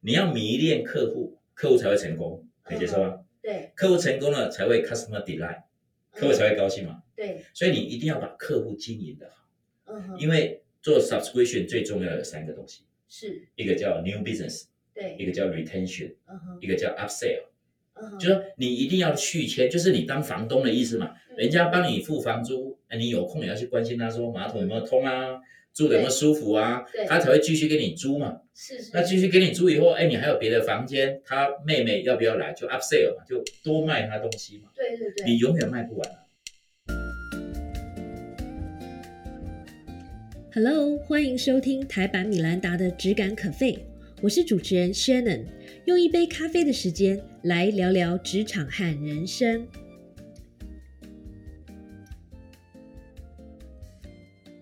你要迷恋客户，客户才会成功，可以接受吗？对嗯客户成功了才会 customer delight，客户才会高兴嘛。对，所以你一定要把客户经营的好，嗯哼，因为做 subscription 最重要有三个东西，是，一个叫 new business，一对，个叫 retention，嗯哼，一个叫 upsell，嗯哼，就是说你一定要续签，就是你当房东的意思嘛。人家帮你付房租，哎，你有空也要去关心他说马桶有没有通啊，住的有没有舒服啊对，他才会继续给你租嘛。是是，那继续给你租以后，哎，你还有别的房间，他妹妹要不要来就 upsell 嘛，就多卖他东西嘛，对对对，你永远卖不完啊。 Hello，欢迎收听台版米兰达的《只感可废》，我是主持人 Shannon，用一杯咖啡的时间来聊聊职场和人生。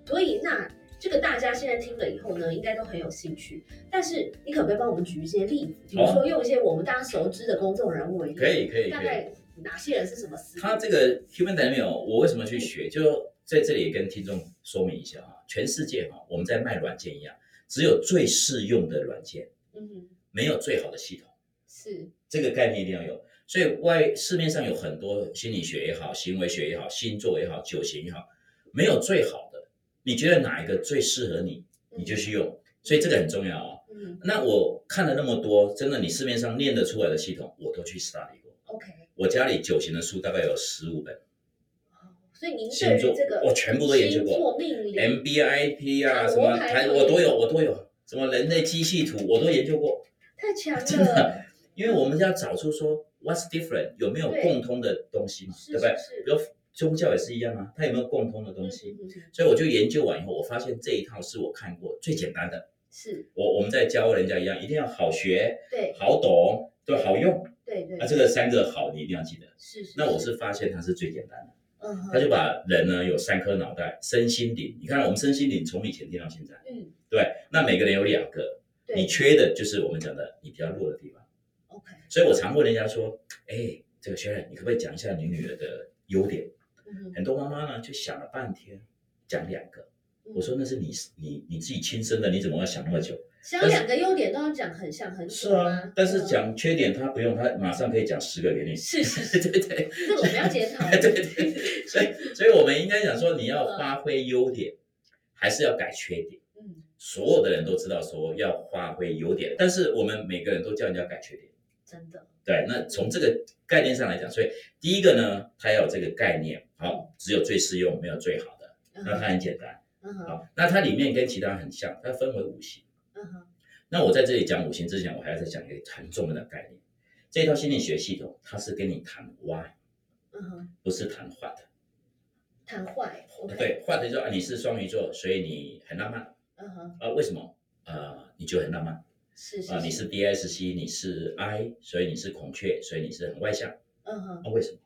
所以那这个大家现在听了以后呢，应该都很有兴趣。但是你可不可以帮我们举一些例子，比如好啊说用一些我们大家熟知的公众人物为例，可以可以大可以。概哪些人是什么思路？他这个 human dynamic，我哦为什么去学？就在这里也跟听众说明一下啊，全世界哈、我们在卖软件一样，只有最适用的软件，嗯哼，没有最好的系统，是，这个概念一定要有。所以外市面上有很多心理学也好，行为学也好，星座也好，九型也好，没有最好的，你觉得哪一个最适合你，你就去用。所以这个很重要哦。嗯那我看了那么多，真的你市面上念得出来的系统，我都去 study 过。 ，OK。我家里九型的书大概有十五本。所以您对星座于这个我全部都研究过星座命理 MBIP 啊，什么台塔罗牌都我都研有，我都有，什么人类机器图我都研究过，太 强真的了，，因为我们要找出说 what's different 有没有对共通的东西嘛，是对不对？是比如宗教也是一样啊，它有没有共通的东是，西？嗯嗯嗯所以我就研究完以后，我发现这一套是我看过最简单的。是我我们在教人家一样，一定要好学、对好懂、对好用。对对，那啊这个三个好，你一定要记得。是是。那我是发现它是最简单的，嗯哼，它就把人呢有三颗脑袋，身心灵。你看我们身心灵从以前听到现在。嗯，对，那每个人有两个，对你缺的就是我们讲的你比较弱的地方。 OK，所以我常问人家说，哎，这个学然，你可不可以讲一下你女儿的优点？嗯哼很多妈妈呢就想了半天，讲两个。嗯我说那是你你你自己亲生的，你怎么要想那么久？想两个优点都要讲很像很是久啊吗，但是嗯讲缺点她不用，她马上可以讲十个给你。是是是，对对对。这个我们要检讨 对对，所以所以我们应该讲说，你要发挥优点，还是要改缺点。嗯，所有的人都知道说要发挥优点，但是我们每个人都叫人家改缺点。真的，对，那从这个概念上来讲，所以第一个呢，它要有这个概念，好，只有最适用，没有最好的，嗯那它哼，很简单，嗯哼，啊好，那它里面跟其他很像，它分为五行。嗯哼，那我在这里讲五行之前，我还要再讲一个很重要的概念，这套心理学系统，它是跟你谈 why，嗯哼，不是谈 what。谈坏，OK，，对，what 就是啊，你是双鱼座，所以你很浪漫嗯哼，啊？为什么？呃，你就很浪漫是是啊？你是，是 DSC，你是 I，所以你是孔雀，所以你是很外向嗯哼，啊？为什么？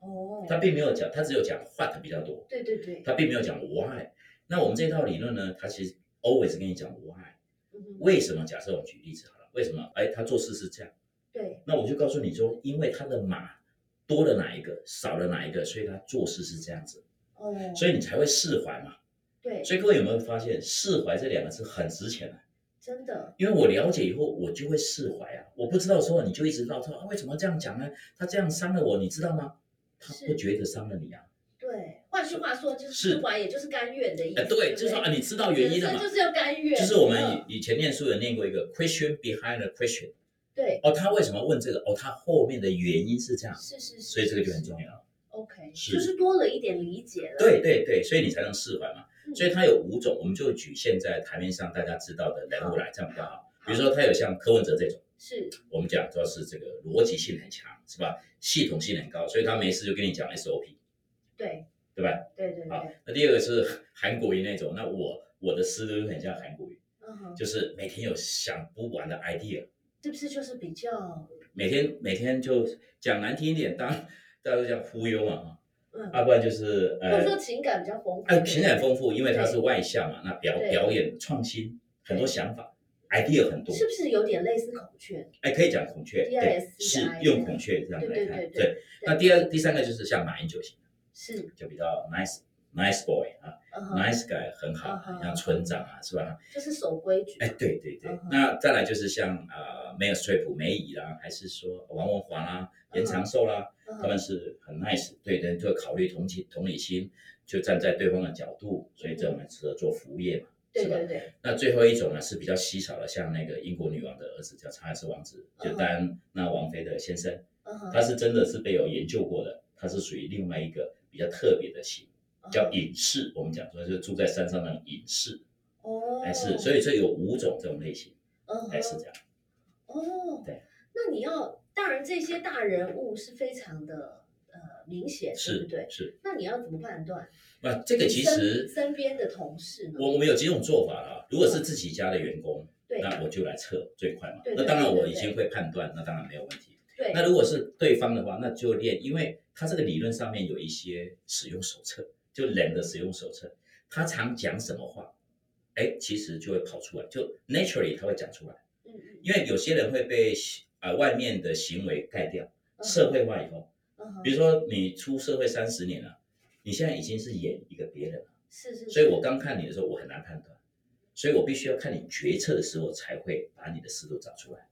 哦，他并没有讲，他只有讲 what 比较多。对对对，他并没有讲 why。那我们这套理论呢，它其实 always 跟你讲 why，嗯哼，为什么？假设我们举例子好了，为什么？哎，他做事是这样，对，那我就告诉你说，因为他的马多了哪一个，少了哪一个，所以他做事是这样子，哦，所以你才会释怀嘛。对，所以各位有没有发现，释怀这两个字很值钱啊的、真的，因为我了解以后，我就会释怀啊。我不知道的时候，你就一直唠叨啊，为什么这样讲呢？他这样伤了我，你知道吗？他是不觉得伤了你啊。对，换句话说就是是释怀，也就是甘愿的意哎，思，对，不就是说啊，你知道原因了人嘛？生就是要甘愿，就是我们嗯以以前念书有念过一个 question behind the question，对，哦，他为什么问这个？哦，他后面的原因是这样，是是是，所以这个就很重要。 ，OK，是就是多了一点理解了，对对对，所以你才能释怀嘛。嗯，所以它有五种，我们就举现在台面上大家知道的人物来，这样比较好。好比如说，他有像柯文哲这种，啊是，我们讲主要是这个逻辑性很强，是吧？系统性很高，所以他没事就跟你讲 SOP，对对吧？对对好对，，那第二个是韩国瑜那种，那我我的思路就很像韩国瑜，嗯哼，就是每天有想不完的 idea。是不是就是比较，每天每天就讲难听一点，当大家都讲忽悠嘛，嗯，啊，要不然就是或者说呃，情感比较丰富，哎，情感丰富，因为他对是外向嘛，那表对表演创新，很多对想法，idea 很多是，不是有点类似孔雀？哎，可以讲孔雀，对 DISC，是的用 idea 孔雀这样对来对看对，对对。那第二第三个就是像马英九型，是，就比较 nice， nice boy 啊、嗯 n 哼 i c e guy 很好嗯，哼像村长啊，是吧？就是守规矩。哎，对对对嗯哼，那再来就是像啊 Meryl Streep 梅姨啦，还是说王文华啦、严长寿啦，嗯哼他们是很 nice，对人就会考虑同情同理心，就站在对方的角度，所以这种很适合做服务业嘛，对是吧对？对，那最后一种呢是比较稀少的，像那个英国女王的儿子叫查尔斯王子，嗯就丹那王妃的先生，嗯哼，他是真的是被有研究过的，他是属于另外一个比较特别的型，叫嗯隐士。我们讲说就是住在山上的隐士，哦，哎是，所以这有五种这种类型，嗯哎哼是这样。哦，对，那你要，当然这些大人物是非常的呃明显，对是不对？是，那你要怎么判断？那这个其身实身边的同事呢？我我们有几种做法啊。如果是自己家的员工，对那我就来测最快嘛对。那对当然对对我已对经会判断，那当然没有问题。对，嗯那如果是对方的话，那就练，因为他这个理论上面有一些使用手册，就人的使用手册，他常讲什么话，哎，其实就会跑出来，就 naturally 他会讲出来。嗯嗯因为有些人会被呃外面的行为盖掉，嗯社会化以后，嗯哼比如说你出社会三十年了，你现在已经是演一个别人了，是是，所以我是刚看你的时候我很难判断，所以我必须要看你决策的时候才会把你的思路找出来。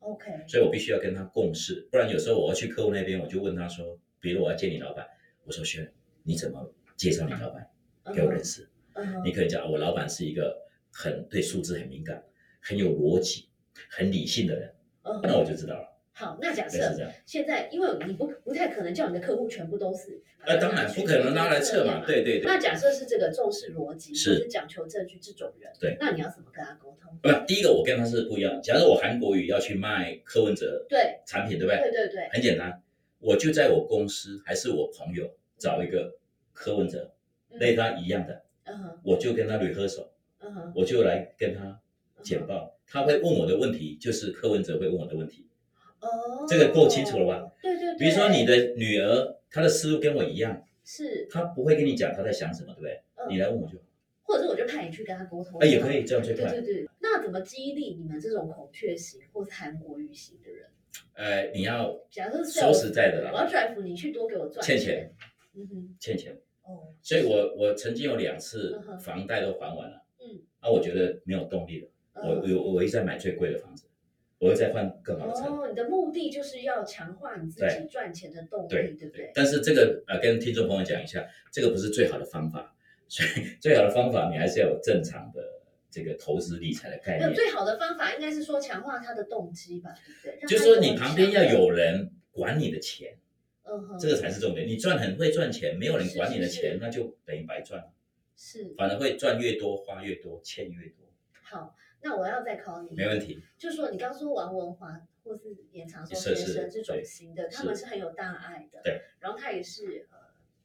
OK，所以我必须要跟他共事，不然有时候我要去客户那边，我就问他说，比如我要见你老板，我说轩，你怎么介绍你老板给我认识？嗯哼你可以讲啊我老板是一个很对数字很敏感、很有逻辑、很理性的人，嗯那哼，我就知道了，好，那假类似设这样。现在，因为你不不太可能叫你的客户全部都是，那呃当然不可能拉来测嘛，对对对。那假设是这个重视逻辑，是或是讲求证据这种人，对那你要怎么跟他沟通？不，第一个我跟他是不一样。假如我韩国语要去卖柯文哲对，产品，对不对对？对对，很简单，我就在我公司还是我朋友找一个柯文哲嗯类他一样的，嗯哼，我就跟他捋合手。嗯哼，我就来跟他简报，他会问我的问题，就是柯文哲会问我的问题。哦，这个够清楚了吧？对对对，比如说你的女儿，她的思路跟我一样，是，她不会跟你讲她在想什么，对不对？嗯你来问我就好，或者是我就派你去跟他沟通，哎，也可以这样最对。对快。对对，那怎么激励你们这种孔雀型或是韩国语型的人？呃，你要假设是说实在的我要啦， drive 你去多给我赚欠钱钱，嗯哼，欠钱。哦，所以我我曾经有两次嗯哼房贷都还完了，嗯，啊，我觉得没有动力了，我嗯我我一直在买最贵的房子，呃我会再换更好的车。哦，你的目的就是要强化你自己对赚钱的动力，对对不对？但是这个呃，跟听众朋友讲一下，这个不是最好的方法，所以最好的方法你还是要有正常的这个投资理财的概没有念，最好的方法应该是说强化他的动机吧，对不对？让就是他说有你很旁强边要的，有人管你的钱，嗯哼，这个才是重点。你赚很会赚钱，没有人是管你的是是钱，那就等于白赚了，是反而会赚越多，花越多，欠越多，好。那我要再考你，没问题。就说你刚说王文华或是严长寿是先是生这种对型的，他是们是很有大爱的。对。然后他也是呃，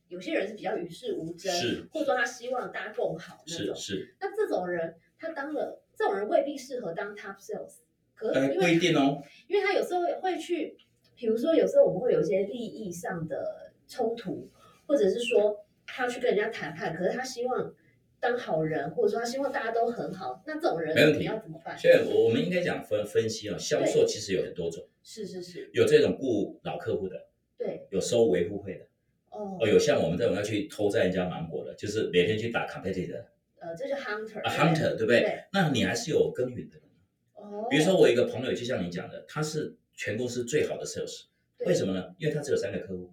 有些人是比较与世无争，是或者说他希望大家共好那是种。是，那这种人，他当了这种人未必适合当 top sales，可呃，因不一为定哦，因为他有时候会去，比如说有时候我们会有一些利益上的冲突，或者是说他去跟人家谈判，可是他希望当好人，或者说他希望大家都很好，那这种没问人题你要怎么办？所以我我们应该讲分分析哦，销售其实有很多种，是是是，有这种雇老客户的，对，有收维护费的。哦哦，有像我们这种要去偷摘人家芒果的，就是每天去打 competitor 呃，这是 hunter，啊对 hunter，对不对？对，那你还是有耕耘的。哦，比如说我有一个朋友，就像你讲的，他是全公司最好的 sales，对为什么呢？因为他只有三个客户，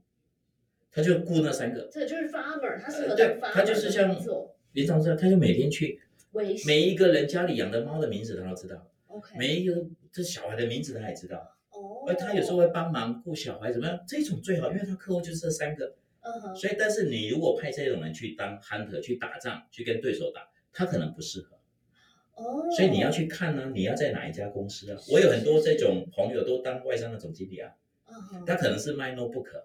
他就雇那三个。这就是 farmer，他适合呃当对 farmer，他就是像做林长知道，他就每天去维系每一个人家里养的猫的名字他都知道， OK，每一个这小孩的名字他也知道，哦，而他有时候，会帮忙顾小孩怎么样，这种最好，因为他客户就是这三个。嗯哼，所以，但是你如果派这种人去当 hunter 去打仗，去跟对手打，他可能不适合。哦，所以你要去看呢、你要在哪一家公司啊？是我有很多这种朋友都当外商的总经理啊，嗯哼，他可能是卖 notebook，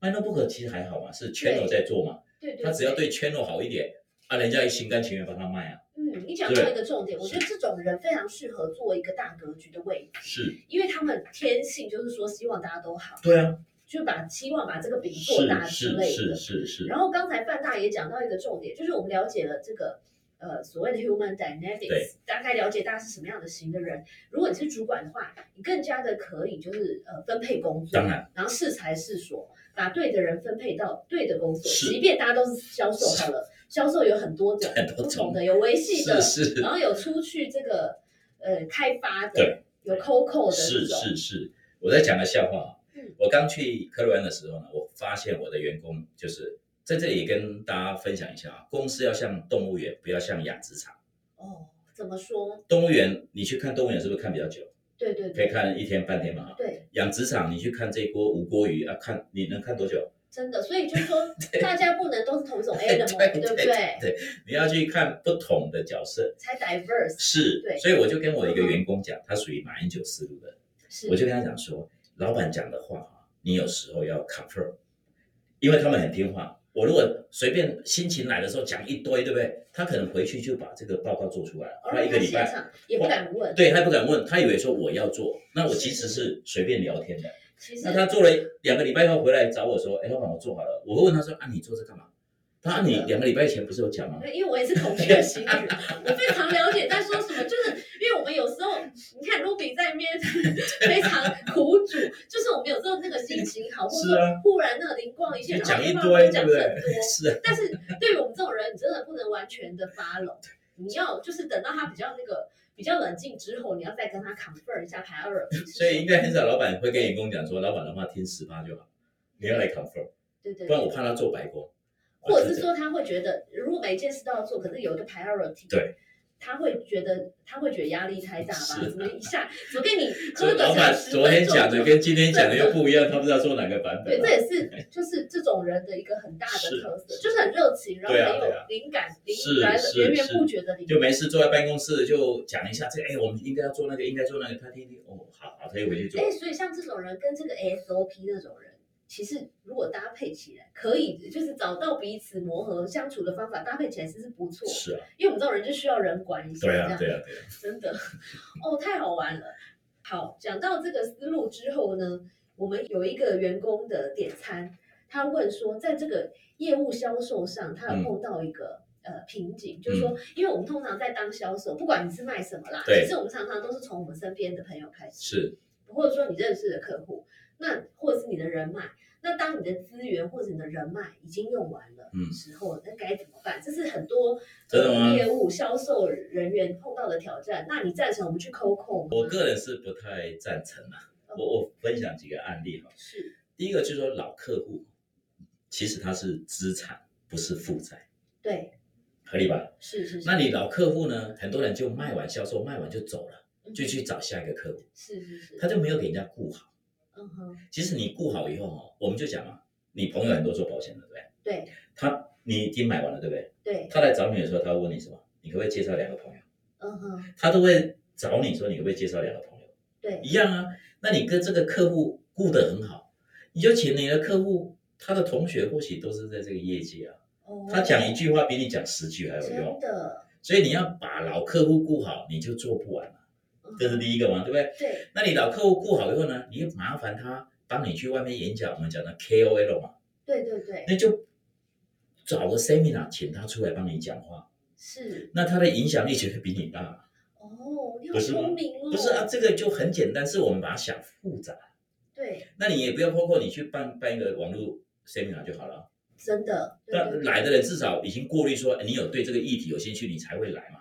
卖 notebook 其实还好嘛，是 channel 在做嘛，对对，他只要对 channel 好一点，啊，人家也心甘情愿帮他卖啊。嗯，你讲对到一个重点，我觉得这种人非常适合做一个大格局的位置，是，因为他们天性就是说希望大家都好，对啊，就把希望把这个饼做大是之是类是的。是是，然后刚才范大也讲到一个重点，就是我们了解了这个。呃所谓的 human dynamics，大概了解大家是什么样的型的人。如果你是主管的话，你更加的可以就是呃分配工作，当然，然后适才适所，把对的人分配到对的工作。是即便大家都是销售好了，销售有很多种很多不种同的，有维系的，是是然后有出去这个呃开发的对，有 COCO 的是这种，是是，我在讲个笑话啊嗯。我刚去科罗湾的时候呢，我发现我的员工就是在这里也跟大家分享一下啊，公司要像动物园，不要像养殖场。哦，怎么说？动物园你去看动物园是不是看比较久？对对可以对，看一天半天嘛哈。对，养殖场你去看这锅无锅鱼啊，看你能看多久？真的，所以就是 说大家不能都是同一种 animal，对对不对？对，你要去看不同的角色。才 diverse，是对，嗯所以我就跟我一个员工讲，他属于马英九思路的，是我就跟他讲说，老板讲的话啊，你有时候要 confirm，因为他们很听话。我如果随便心情来的时候讲一堆，对不对？他可能回去就把这个报告做出来了，而快且一个哦他礼现拜。场也不敢问，对他不敢问，他以为说我要做，那我其实是随便聊天的。其实那他做了两个礼拜以后回来找我说：“哎，老板，我做好了。”我会问他说：“啊，你做这干嘛？”他说：“啊，你两个礼拜前不是有讲吗因为我也是孔雀型的人，我非常了解在说什么。就是因为我们有时候，你看 Ruby 在那边 非常苦主，就是我们有时候那个心情好，或者是啊说忽然那个灵光一？”现，就讲一然后堆，对就讲不很对多。？是啊，但是对于我们这种人，你真的不能完全的 follow，你要就是等到他比较那个比较冷静之后，你要再跟他 confirm 一下 priority 是什所么。以应该很少老板会跟员工讲说：“老板的话听十八就好，你要来 confirm。”对对不然我对，怕他做白工，啊或者是说他会觉得，如果每一件事都要做，可是有一个 priority，对，他会觉得他会觉得压力太大吧？是怎么一下怎么 跟你所以喝个老茶板十昨天分讲的钟？跟今天讲的又不一样，他不知道做哪个版对，本这啊。也是就是这种人的一个很大的是特色，是就是很热情，然后对啊很有对啊灵感，灵是来是源源是不绝的灵就感。没事坐在办公室就讲一下这，哎，我们应该要做那个，应该做那个，他听一听，哦，好好，他又回去做哎，。所以像这种人跟这个 SOP 那种人，其实如果搭配起来，可以就是找到彼此磨合相处的方法，搭配起来其实是不错。是啊，因为我们这种人就需要人管一下，对这啊，样对啊，对啊，真的哦，太好玩了。好，讲到这个思路之后呢，我们有一个员工的点餐，他问说，在这个业务销售上，他有嗯碰到一个、呃瓶颈，就是说，因为我们通常在当销售，不管你是卖什么啦，对其实我们常常都是从我们身边的朋友开始，是或者说你认识的客户，那或者是你的人脉。那当你的资源或者你的人脉已经用完了嗯时候，那该怎么办？这是很多真的呃吗业务销售人员碰到的挑战。那你赞成我们去抠抠吗？我个人是不太赞成啊。我我分享几个案例哈，是第一个就是说老客户，其实他是资产，不是负债，对，合理吧？是是是，那你老客户呢，很多人就卖完销售，卖完就走了，就去找下一个客户，嗯是是是，他就没有给人家顾好。嗯哼，其实你顾好以后哦，我们就讲嘛，你朋友很多做保险的，对不对？对他你已经买完了，对不对？对，他来找你的时候，他会问你什么？你可不可以介绍两个朋友？嗯哼，他都会找你说你可不可以介绍两个朋友？对一样啊，那你跟这个客户顾得很好，你就请你的客户，他的同学或许都是在这个业界啊，哦他讲一句话比你讲十句还有真用，的，所以你要把老客户顾好，你就做不完了，嗯这是第一个嘛，对不对？对那你老客户顾好以后呢，你麻烦他帮你去外面演讲，我们讲的 KOL 嘛。对对对，那就找个 seminar 请他出来帮你讲话，是那他的影响力绝对比你大。哦，你好不是吗聪明哦，不是啊，这个就很简单，是我们把它想复杂。对，那你也不要包括你去办办一个网络 seminar 就好了。真的，对那对对来的人至少已经过滤说哎你有对这个议题有兴趣，你才会来嘛，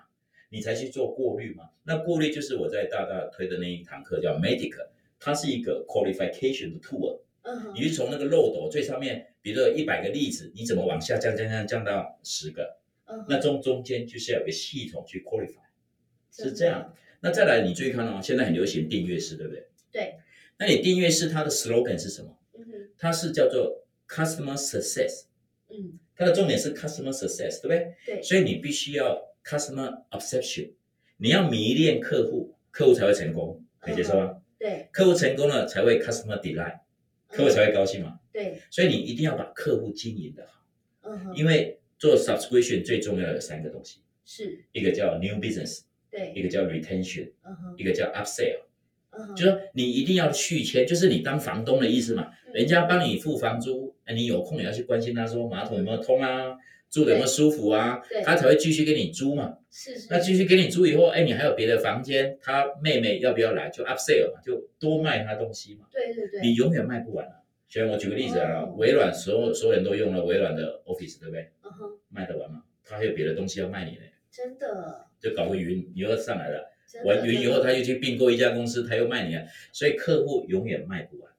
你才去做过滤嘛。那过滤就是我在大大推的那一堂课叫 Medic，它是一个 qualification 的 tool。嗯哼你，去从那个漏斗最上面，比如说一百个例子，你怎么往下降降降降到十个？嗯那哼，中中间就是要有个系统去 qualify，真的是这样。那再来，你注意看哦，现在很流行订阅式，对不对？对，那你订阅式它的 slogan 是什么？嗯哼，它是叫做 customer success，嗯，它的重点是 customer success，对不对？对，所以你必须要 customer obsession，你要迷恋客户，客户才会成功，可以接受嗯吗？对客户成功了才会 customer 嗯 delight，客户才会高兴嘛。对，所以你一定要把客户经营的好，嗯哼，因为做 subscription 最重要的有三个东西，是，一个叫 new business。一对，个叫 retention，嗯哼，一个叫 upsell，嗯哼，就是说你一定要续签，就是你当房东的意思嘛。嗯人家帮你付房租，哎你有空也要去关心他说马桶有没有通啊，住的有没有舒服啊嗯对？他才会继续跟你租嘛。是是，那继续跟你租以后，哎，你还有别的房间，他妹妹要不要来就 upsell 嘛，就多卖他东西嘛。对对对，你永远卖不完啊。学我举个例子啊哦，微软所有所有人都用了微软的 Office，对不对？嗯哼，卖得完吗？他还有别的东西要卖你呢，真的，就搞个云，你又上来了，真的完云以后真的他又去并购一家公司，他又卖你了，啊所以客户永远卖不完。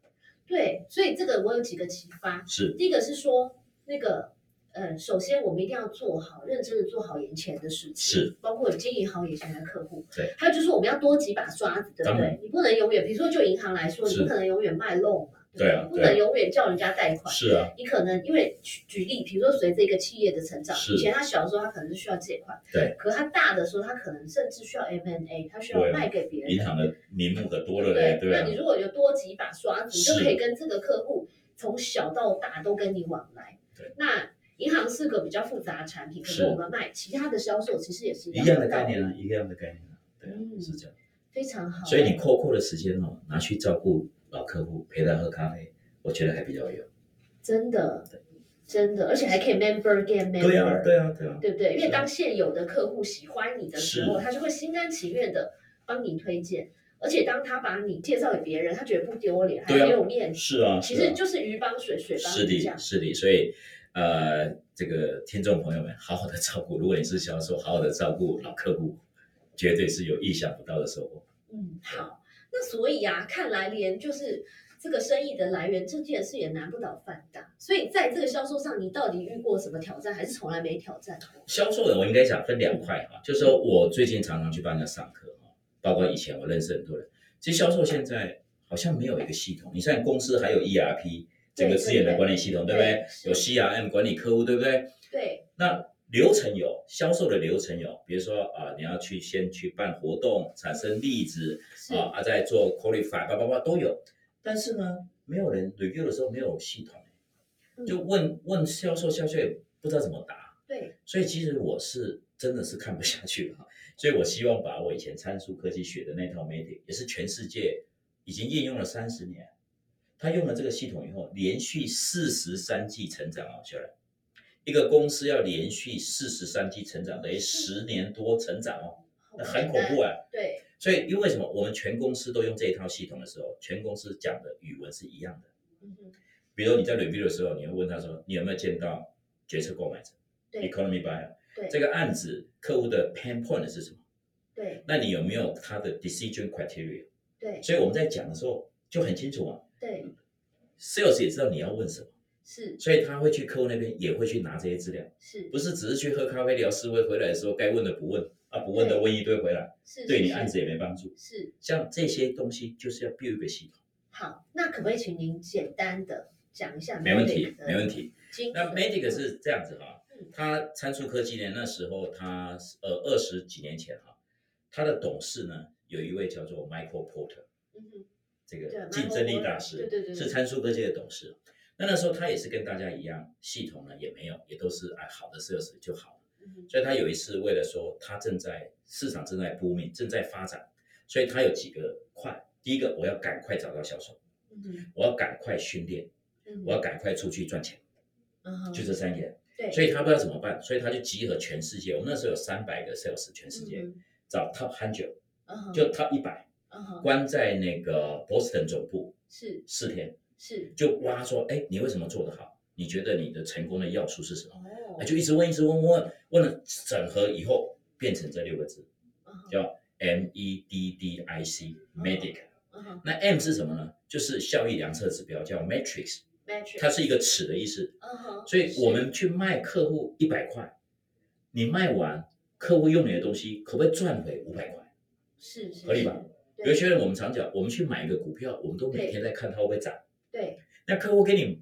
对，所以这个我有几个启发，是第一个是说那个。呃，首先我们一定要做好，认真的做好眼前的事情，是，包括经营好眼前的客户。对，还有就是我们要多几把刷子，对不当然对？你不能永远，比如说就银行来说，你是不可能永远卖漏嘛，不对啊不对啊能永远叫人家贷款，是啊，你可能因为举举例，比如说随着一个企业的成长，是以前他小的时候他可能是需要借款，对，可他大的时候他可能甚至需要 M&A，他需要对卖给别人银。行的名目可多了嘞对，，对那啊你，如果有多几把刷子，你就是可以跟这个客户从小到大都跟你往来。对，那银行是个比较复杂的产品，可是是我们卖其他的销售其实也是一样的概道理念啊，一样的概念啊，对啊，嗯是这样。非常好。所以你扣扣的时间哦，拿去照顾老客户，陪他喝咖啡，我觉得还比较有。真的真的，而且还可以 member get member。对啊，对啊，对啊，对不对？因为是当现有的客户喜欢你的时候，是他就会心甘情愿的帮你推荐，而且当他把你介绍给别人，他觉得不丢脸，还对啊很有面子。是啊，其是啊实就是鱼帮水，水帮是鱼这的，样。是的，所以呃，这个听众朋友们，好好的照顾，如果你是销售，好好的照顾老客户，绝对是有意想不到的收获。嗯，好。那所以啊，看来连就是这个生意的来源这件事也难不倒范大。所以在这个销售上，你到底遇过什么挑战，还是从来没挑战过？销售呢，我应该讲分两块哈，就是说我最近常常去帮人家上课哈，包括以前我认识很多人，其实销售现在好像没有一个系统，你像公司还有 ERP 整个资源的管理系统，对不对对？是有 CRM 管理客户，对不对？对，那流程有，销售的流程有，比如说啊、你要去先去办活动，产生例子，是啊，啊在做 qualify，叭叭叭都有，但是呢，没有人 review 的时候没有系统，嗯就问问销售，销售也不知道怎么答，对，所以其实我是真的是看不下去了，所以我希望把我以前参数科技学的那套 Matic，也是全世界已经应用了三十年，他用了这个系统以后，连续四十三季成长啊，小冉。一个公司要连续四十三季成长，等于十年多成长哦，好那很简恐单怖啊！对，所以，因为什么？我们全公司都用这一套系统的时候，全公司讲的语文是一样的。嗯哼，比如你在 review 的时候，你会问他说：“你有没有见到决策购买者对 （economy buyer） 对这个案子客户的 pain point 是什么？对那你有没有他的 decision criteria？” 对所以我们在讲的时候就很清楚啊对， ，sales 也知道你要问什么，是所以他会去客户那边也会去拿这些资料，是不是只是去喝咖啡聊思维回来的时候该问的不问啊，不问的问一堆回来，是，对你是案是子也没帮助。是像这些东西就是要 build 一个系统。好，那可不可以请您简单的讲一下？没问题，没问。题。精那髓呃 Medic 是这样子哈嗯，他参数科技呢，那时候他呃二十几年前哈，他的董事呢有一位叫做 Michael Porter，嗯哼这对个，Michael 竞争力大 Porter，师，对对对对是参数科技的董事。那那时候他也是跟大家一样，系统呢也没有，也都是哎好的 sales 就好了。嗯哼所以他有一次为了说他正在市场正在 booming 正在发展，所以他有几个快，第一个我要赶快找到销售，嗯哼我要赶快训练，嗯哼我要赶快出去赚钱，嗯哼就这三点。对，所以以他不知道怎么办，所以他就集合全世界，我们那时候有三百个 sales，全世界、找 top hundred，就 top 一百，嗯哼关在那个 Boston 总部是四天，是就挖说，哎，你为什么做得好？你觉得你的成功的要素是什么？哦哎就一直问，一直问，问问了整合以后，变成这六个字，嗯哼叫 M E D D I C Medic。嗯哼那 M 是什么呢？就是效益量测指标，叫 Matrix， ，Matrix 它是一个尺的意思。嗯哼，所以我是们去卖客户一百块，你卖完，客户用你的东西，可不可以赚回五百块？是是合理吧？对有些人我们常讲，我们去买一个股票，我们都每对天在看它会不会涨。对那客户给你，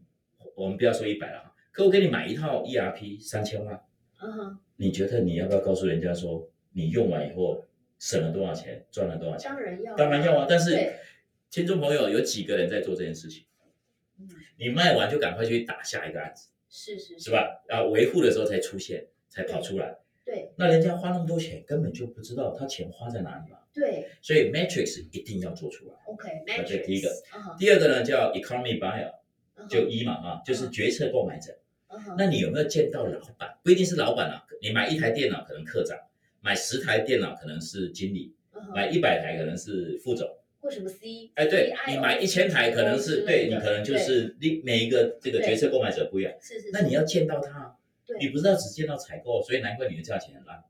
我们不要说一百了哈，客户给你买一套 ERP 三千万，嗯哼，你觉得你要不要告诉人家说，你用完以后省了多少钱，赚了多少钱？当然要当然要啊，但是对听众朋友有几个人在做这件事情？嗯你卖完就赶快去打下一个案子，是是是？吧？啊，维护的时候才出现，才跑出来。对那人家花那么多钱，根本就不知道他钱花在哪里嘛。对所以 matrix 一定要做出来。 ，OK，Matrix 这第一个，嗯哼第二个呢，叫 economy buyer，嗯哼就一嘛啊，就是决策购买者。嗯哼那你有没有见到老板？不一定是老板啊，你买一台电脑可能科长，买十台电脑可能是经理，嗯哼买一百台可能是副总。或什么 C，哎，对 CIO 你买一千台可能是对你可能就对是另每一个这个对决策购买者不一样，是是，那是你要见到他对，你不是要只见到采购，所以难怪你的价钱很烂，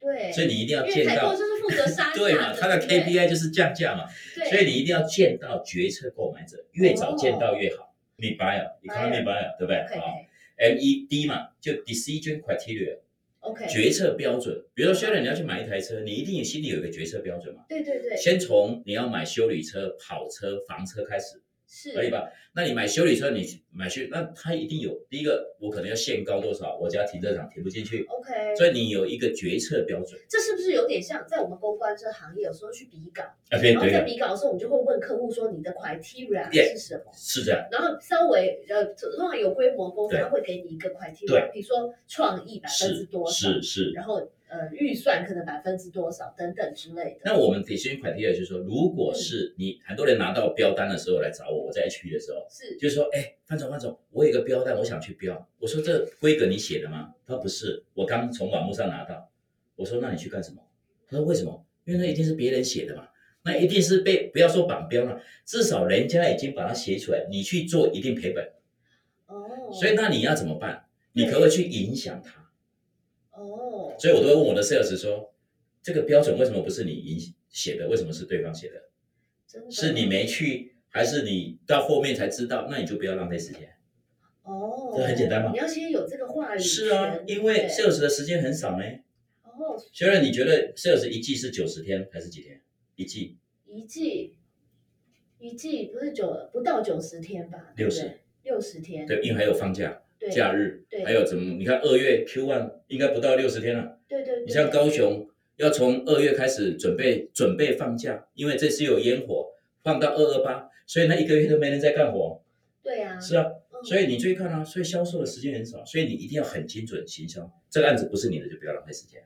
对，所以你一定要因见为采购到就，是负责杀价对嘛？他的对不对 KPI 就是降价嘛，对，所以你一定要见到决策购买者，越早见到越好。你 buyer economy buyer 对不哦对？ OK 好，MED 嘛，就 decision criteria OK，决策标准。比如说，虽然你要去买一台车，你一定心里有一个决策标准嘛。对对对，先从你要买修理车、跑车、房车开始，是可以？吧？那你买修理车，你买修，那它一定有第一个，我可能要限高多少，我家停车场停不进去， OK，所以你有一个决策标准。这是不是有点像在我们公关这行业，有时候去比稿，啊，对然后对在的，比稿的时候，我们就会问客户说你的 criteria Yeah 是什么？是这样，然后稍微呃，通常有规模公司对它会给你一个 criteria，对比如说创意百分之是多少，是是。然后呃预算可能百分之多少等等之类的。那我们 decision criteria 就是说，如果是你很多人拿到标单的时候来找我，我在 HP 的时候，是就是说，哎，范总，范总，我有一个标单，我想去标。我说这规格你写的吗？他说不是，我刚从网络上拿到。我说那你去干什么？他说为什么？因为那一定是别人写的嘛，那一定是被不要说绑标了，至少人家已经把它写出来，你去做一定赔本。哦，所以那你要怎么办？你可不可以去影响他？哦，所以我都会问我的 sales 说，这个标准为什么不是你影写的？为什么是对方写的？真的是你没去，还是你到后面才知道？那你就不要浪费时间。哦，这很简单嘛你要先有这个话语权是啊，因为对 sales 的时间很少呢。哦学然你觉得 sales 一季是九十天还是几天？一季一季一季不是九不到九十天吧？对不对60六十天，对，因为还有放假、对假日对，还有怎么？你看二月 Q one 应该不到六十天了。对对对，你像高雄要从二月开始准备准备放假，因为这次有烟火，放到二二八，所以那一个月都没人在干活。对啊，是啊，嗯所以你注意看啊，所以销售的时间很少，所以你一定要很精准行销。这个案子不是你的就不要浪费时间。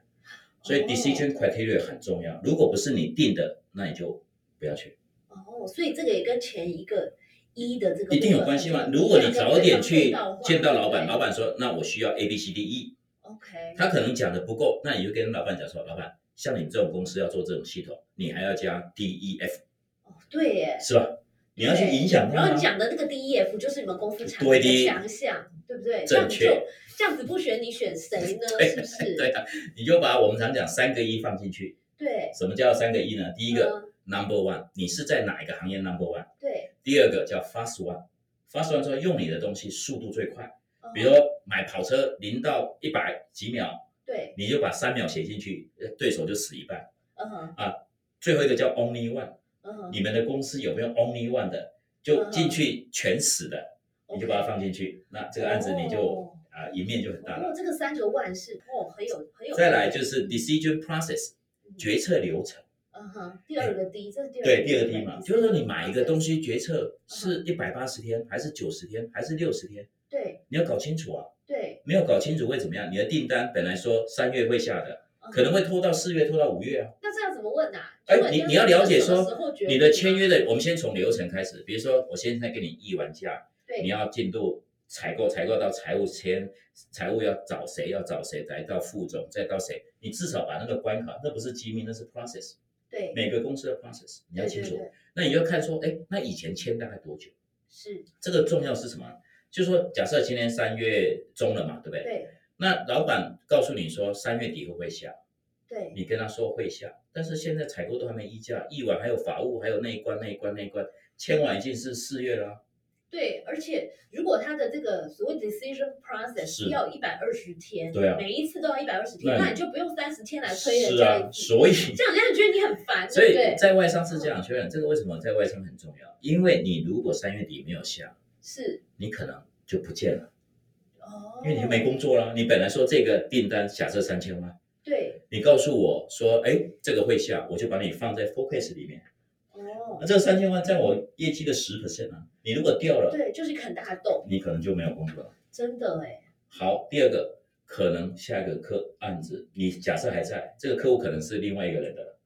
所以哦 decision criteria 很重要，如果不是你定的，那你就不要去。哦，所以这个也跟前一个一的这个一定有关系嘛？如果你早点去见到老板，老板板说那我需要 A B C D E， OK，他可能讲的不够，那你就跟老板讲说，老板，像你们这种公司要做这种系统，你还要加 D E F，哦对耶，是吧？你要去影响然他啊后吗你？讲的那个 DEF 就是你们公司产对品的的强项，对不对？正确这样你就这样子不选你选谁呢？是不是？对啊，你就把我们常讲三个一放进去。对什么叫三个一呢？第一个嗯 number one，你是在哪一个行业 number one？对，第二个叫 fast one，fast one 说用你的东西速度最快，嗯比如说买跑车零到一百几秒，对，你就把三秒写进去，呃对手就死一半。嗯哼，最后一个叫 Only One，、嗯哼，你们的公司有没有 Only One 的？就进去全死的，你就把它放进去，那这个案子你就嗯哦啊赢面就很大哦了。，这个三个万是哦，很有很有。再来就是 decision process 决策流程，嗯哼，第二个 D，这是第二对第二 D 嘛，就是说你买一个东西，西决嗯策是一百八十天还是九十天还是六十天，对你要搞清楚啊。对，没有搞清楚会怎么样？你的订单本来说三月会下的，嗯可能会拖到四月，拖到五月啊。那这样怎么问啊？哎就问你人家你要了解什么说时候决你的定签吗约的，我们先从流程开始。比如说，我现在跟你议完价，对你要进度采购，采购到财务签，财务要找谁，要找谁，再到副总，再到谁，你至少把那个关卡，那不是机密，那是 process，对每个公司的 process 你要对清对楚。对那你要看说，哎，那以前签大概多久？是，这个重要是什么？啊就是说，假设今天三月中了嘛，对不对？对那老板告诉你说三月底会不会下？对你跟他说会下，但是现在采购都还没议价，议完还有法务，还有那一关那一关那一关，签完已经是四月了啊、对，而且如果他的这个所谓 decision 是 process 要一百二十天，对啊每一次都要一百二十天，那那你你就不用三十天来催人是家啊一，次，所以这样人家觉得你很烦，所对不以对？在外商是这样，学长，这个为什么在外商很重要？因为你如果三月底没有下，是你可能就不见了，哦，因为你就没工作了。啊你本来说这个订单假设三千万，对你告诉我说，哎，这个会下，我就把你放在 focus 里面。哦那，这三千万占我业绩的十 percent 啊，你如果掉了，对，就是啃大豆，你可能就没有工作了。真的哎，好，第二个可能下一个客案子，你假设还在，这个客户可能是另外一个人的了，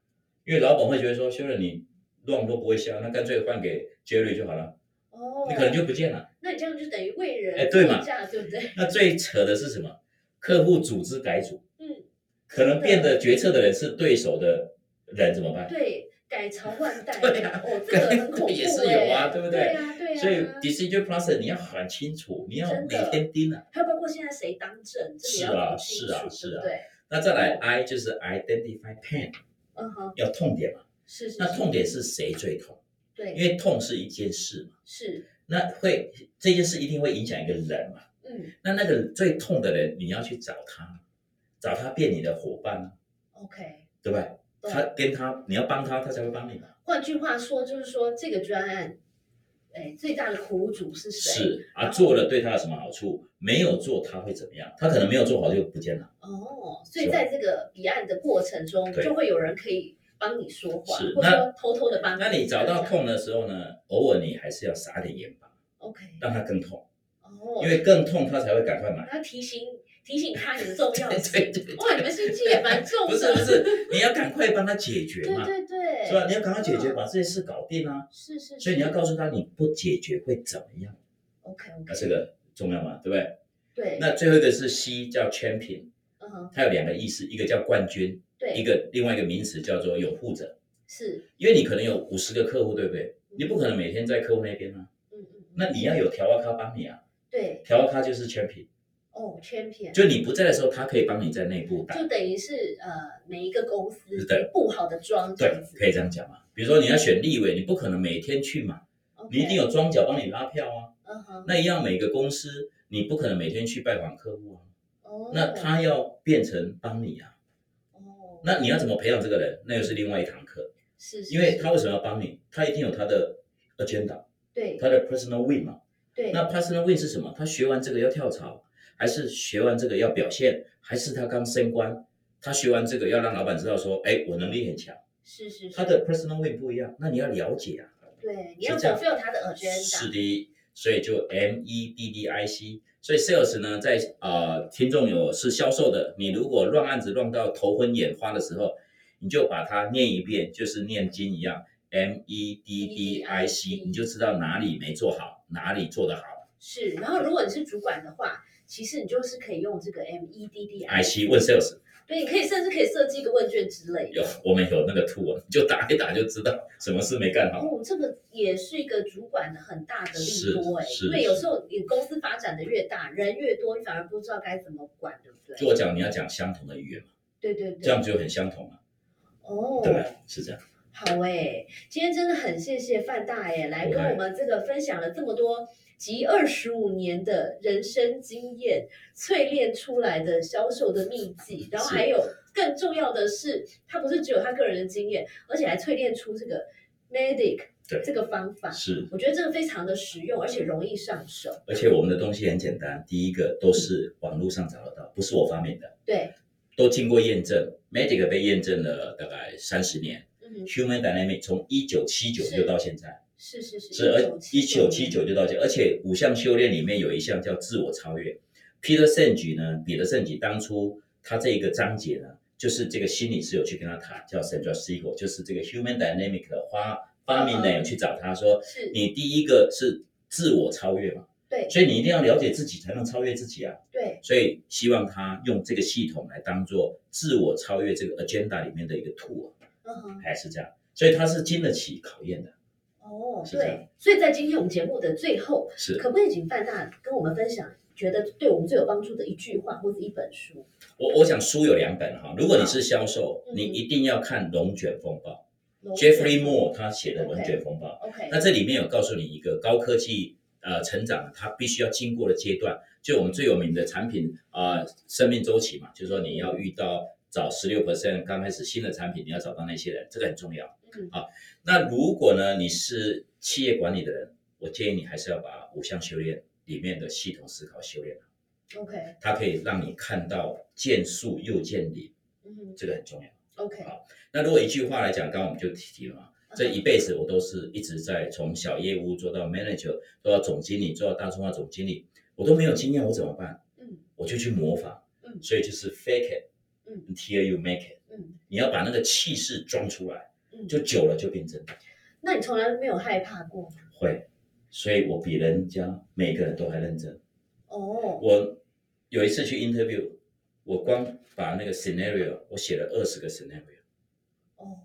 因为老板会觉得说，修了你 r 都不会下，那干脆换给 Jerry 就好了。哦，你可能就不见了。那你这样就等于为人哎对嘛作嫁，对不对？那最扯的是什么？客户组织改组，嗯，可能变得决策的人是对手的人，怎么办？对，改朝换代，对啊 哦，这个很恐怖、欸，也是有啊对不对对啊，对啊。所以 decision process 你要很清楚，你要真每的天盯啊。还有包括现在谁当政，是这个也啊要搞清是啊楚是对啊不对？那再来 I 就是 identify pain，嗯哼，要痛点嘛。是是那是痛点是谁最痛？因对，为痛是一件事嘛，是那会这件事一定会影响一个人嘛。嗯那那个最痛的人，你要去找他，找他变你的伙伴啊， ，OK。对吧？懂他跟他，你要帮他，他才会帮你嘛。换句话说，就是说这个专案，哎，最大的苦主是谁？是啊，然后做了对他有什么好处？没有做他会怎么样？他可能没有做好就不见了。哦，所以是吧在这个彼岸的过程中，对就会有人可以帮你说话，是或者那说偷偷的帮那你找到痛的时候呢，偶尔你还是要撒点盐巴， ，OK，让他更痛，哦，因为更痛他才会赶快买。他提醒提醒他你的重要性，对对对，哇，你们心机也蛮重的，不是不，是，你要赶快帮他解决对嘛，对对，是吧？你要赶快解决，嗯把这些事搞定啊。是是，所以你要告诉他，你不解决会怎么样？ OK 那 OK，这个重要吗？对不对？对，那最后一个是 C 叫 champion，嗯哼，它有两个意思，一个叫冠军，对，一个另外一个名词叫做拥护者。是，因为你可能有五十个客户，对不对？你不可能每天在客户那边啊，嗯嗯，嗯那你要有调和咖帮你啊，对调和咖就是 champion，哦，champion 就你不在的时候，他可以帮你在内部打就，等于是呃每一个公司对布好的妆这对样，子，可以这样讲嘛。比如说你要选立委，你不可能每天去嘛，你一定，有庄脚帮你拉票啊。嗯哼，那一样每个公司你不可能每天去拜访客户啊，哦，那他要变成帮你啊。哦，那你要怎么培养这个人？那又是另外一堂课，是，是因为是他为什么要帮你？他一定有他的 agenda，对他的 personal win 嘛。对那 personal win 是什么？他学完这个要跳槽，还是学完这个要表现，还是他刚升官？他学完这个要让老板知道说，哎，我能力很强。是是他是的 personal win 不一样，那你要了解啊。对，你要这样 fulfill 他的是 agenda，的，所以就 M E D D I C。所以 sales 呢，在呃听众有是销售的，你如果乱案子乱到头昏眼花的时候，你就把它念一遍，就是念经一样，M E D E D I C，你就知道哪里没做好，哪里做得好。是。然后如果你是主管的话，其实你就是可以用这个 M E D D I C 问 sales 对，你可以甚至可以设计一个问卷之类有的。我们有那个 tool，你就打一打就知道什么事没干好。哦，这个也是一个主管的很大的利是多哎，是因为有是时候你公司发展的越大，人越多，你反而不知道该怎么管，对不对？就我讲，你要讲相同的语言嘛，对对对，这样就很相同嘛，哦，对吧？是这样。好哎、今天真的很谢谢范大爷来跟我们这个分享了这么多集二十五年的人生经验淬炼出来的销售的秘籍，然后还有更重要的是，他不是只有他个人的经验，而且还淬炼出这个 medic 对这个方法，是。我觉得这个非常的实用，而且容易上手。而且我们的东西很简单，第一个都是网络上找得到，不是我发明的，对，都经过验证。Magic 被验证了大概三十年嗯， ，Human Dynamic 从一九七九是就到现在，是是是，是而一九七九就到现在，而且五项修炼里面有一项叫自我超越。Peter s e n g 呢，彼得圣吉当初他这一个章节呢，就是这个心理师有去跟他谈，叫 Sandra Siegel，就是这个 Human Dynamic 的发发明人有去找他说，是，你第一个是自我超越嘛。对所以你一定要了解自己，才能超越自己啊！对，所以希望他用这个系统来当做自我超越这个 agenda 里面的一个 tool，啊嗯哼。还是这样。所以他是经得起考验的，哦，是这对样，所以在今天我们节目的最后，是可不可以请范大跟我们分享，觉得对我们最有帮助的一句话或者一本书？我我想书有两本哈，如果你是销售，嗯你一定要看《龙卷风暴》龙嗯 Jeffrey Moore 他写的《龙卷风暴》， OK，那这里面有告诉你一个高科技呃成长它必须要经过的阶段，就我们最有名的产品啊、呃生命周期嘛，就是说你要遇到找十六 percent 刚开始新的产品，你要找到那些人，这个很重要。嗯那如果呢你是企业管理的人，我建议你还是要把五项修炼里面的系统思考修炼好， ，OK，它可以让你看到见树又见林，嗯这个很重要。 ，OK，嗯那如果一句话来讲，刚刚我们就提了嘛，这一辈子我都是一直在从小业务做到 manager，做到总经理，做到大中华总经理，我都没有经验，我怎么办？嗯我就去模仿，嗯所以就是 fake it 嗯 until you make it，嗯你要把那个气势装出来，嗯，就久了就变真的那你从来没有害怕过吗？会，所以我比人家每个人都还认真。哦，我有一次去 interview，我光把那个 scenario 我写了二十个 scenario，哦，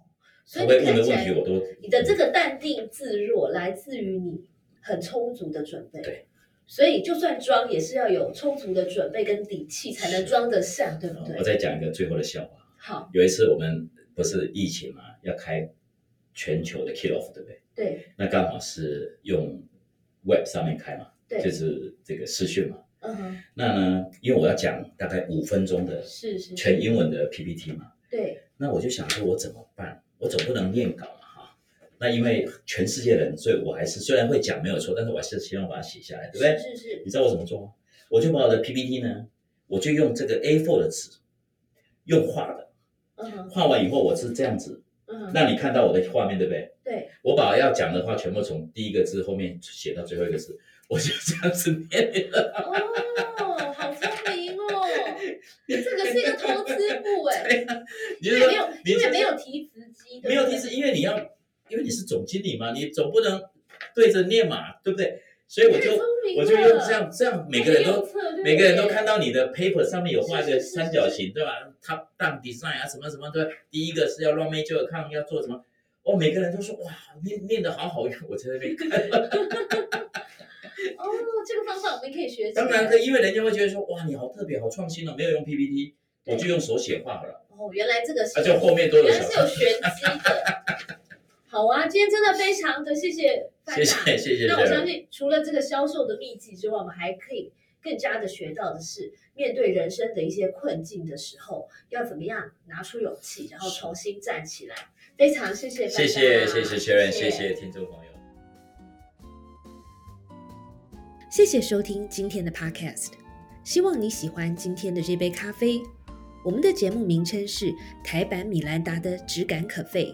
所他以会你问的看起问题来我都你的这个淡定自若来自于你很充足的准备。对。所以，就算装也是要有充足的准备跟底气，才能装得下，对不哦对我？再讲一个最后的笑话。好，有一次我们不是疫情嘛，要开全球的 kill off，对不对？对那刚好是用 web 上面开嘛，对，就是这个视讯嘛。嗯哼，那呢，因为我要讲大概五分钟的是是，是全英文的 PPT 嘛，对那我就想说，我怎么办？我总不能念稿嘛，哈。那因为全世界人，所以我还是虽然会讲没有错，但是我还是希望把它写下来，对不对？是是是，你知道我怎么做吗？我就把我的 PPT 呢，我就用这个 A4 的纸，用画的，嗯哼画完以后我是这样子嗯哼，那你看到我的画面对不对？对，我把要讲的话全部从第一个字后面写到最后一个字，我就这样子念。哦，好聪 明哦，这个是一个投资部哎，你就因为没有说，你因就为是没有提词机，对不没有对提示，因为你要，因为你是总经理嘛，你总不能对着念嘛，对不对？所以我太就聪明我就了用这样这样，每个人用都策略每个人都耶看到你的 paper 上面有画一是个是是三角形，对吧？Top down design 啊，什么什么对吧？第一个是要 run major account 要做什么？哦，每个人都说哇，念念的好好，我在那边看。哦，这个方法我们可以学习，当然可以，因为人家会觉得说，哇，你好特别，好创新哦，没有用 PPT，我就用手写画好了，哦，原来这个是啊，就后面多原了来是小有玄 机的。好啊，今天真的非常的谢谢范谢大。谢谢谢那我相 Sharon，信，除了这个销售的秘籍之外，我们还可以更加的学到的是，面对人生的一些困境的时候，要怎么样拿出勇气，然后重新站起来。非常谢啊谢谢范大谢谢谢 Sharon，谢谢听众朋友。谢谢收听今天的 Podcast，希望你喜欢今天的这杯咖啡。我们的节目名称是台版米兰达的质感可废，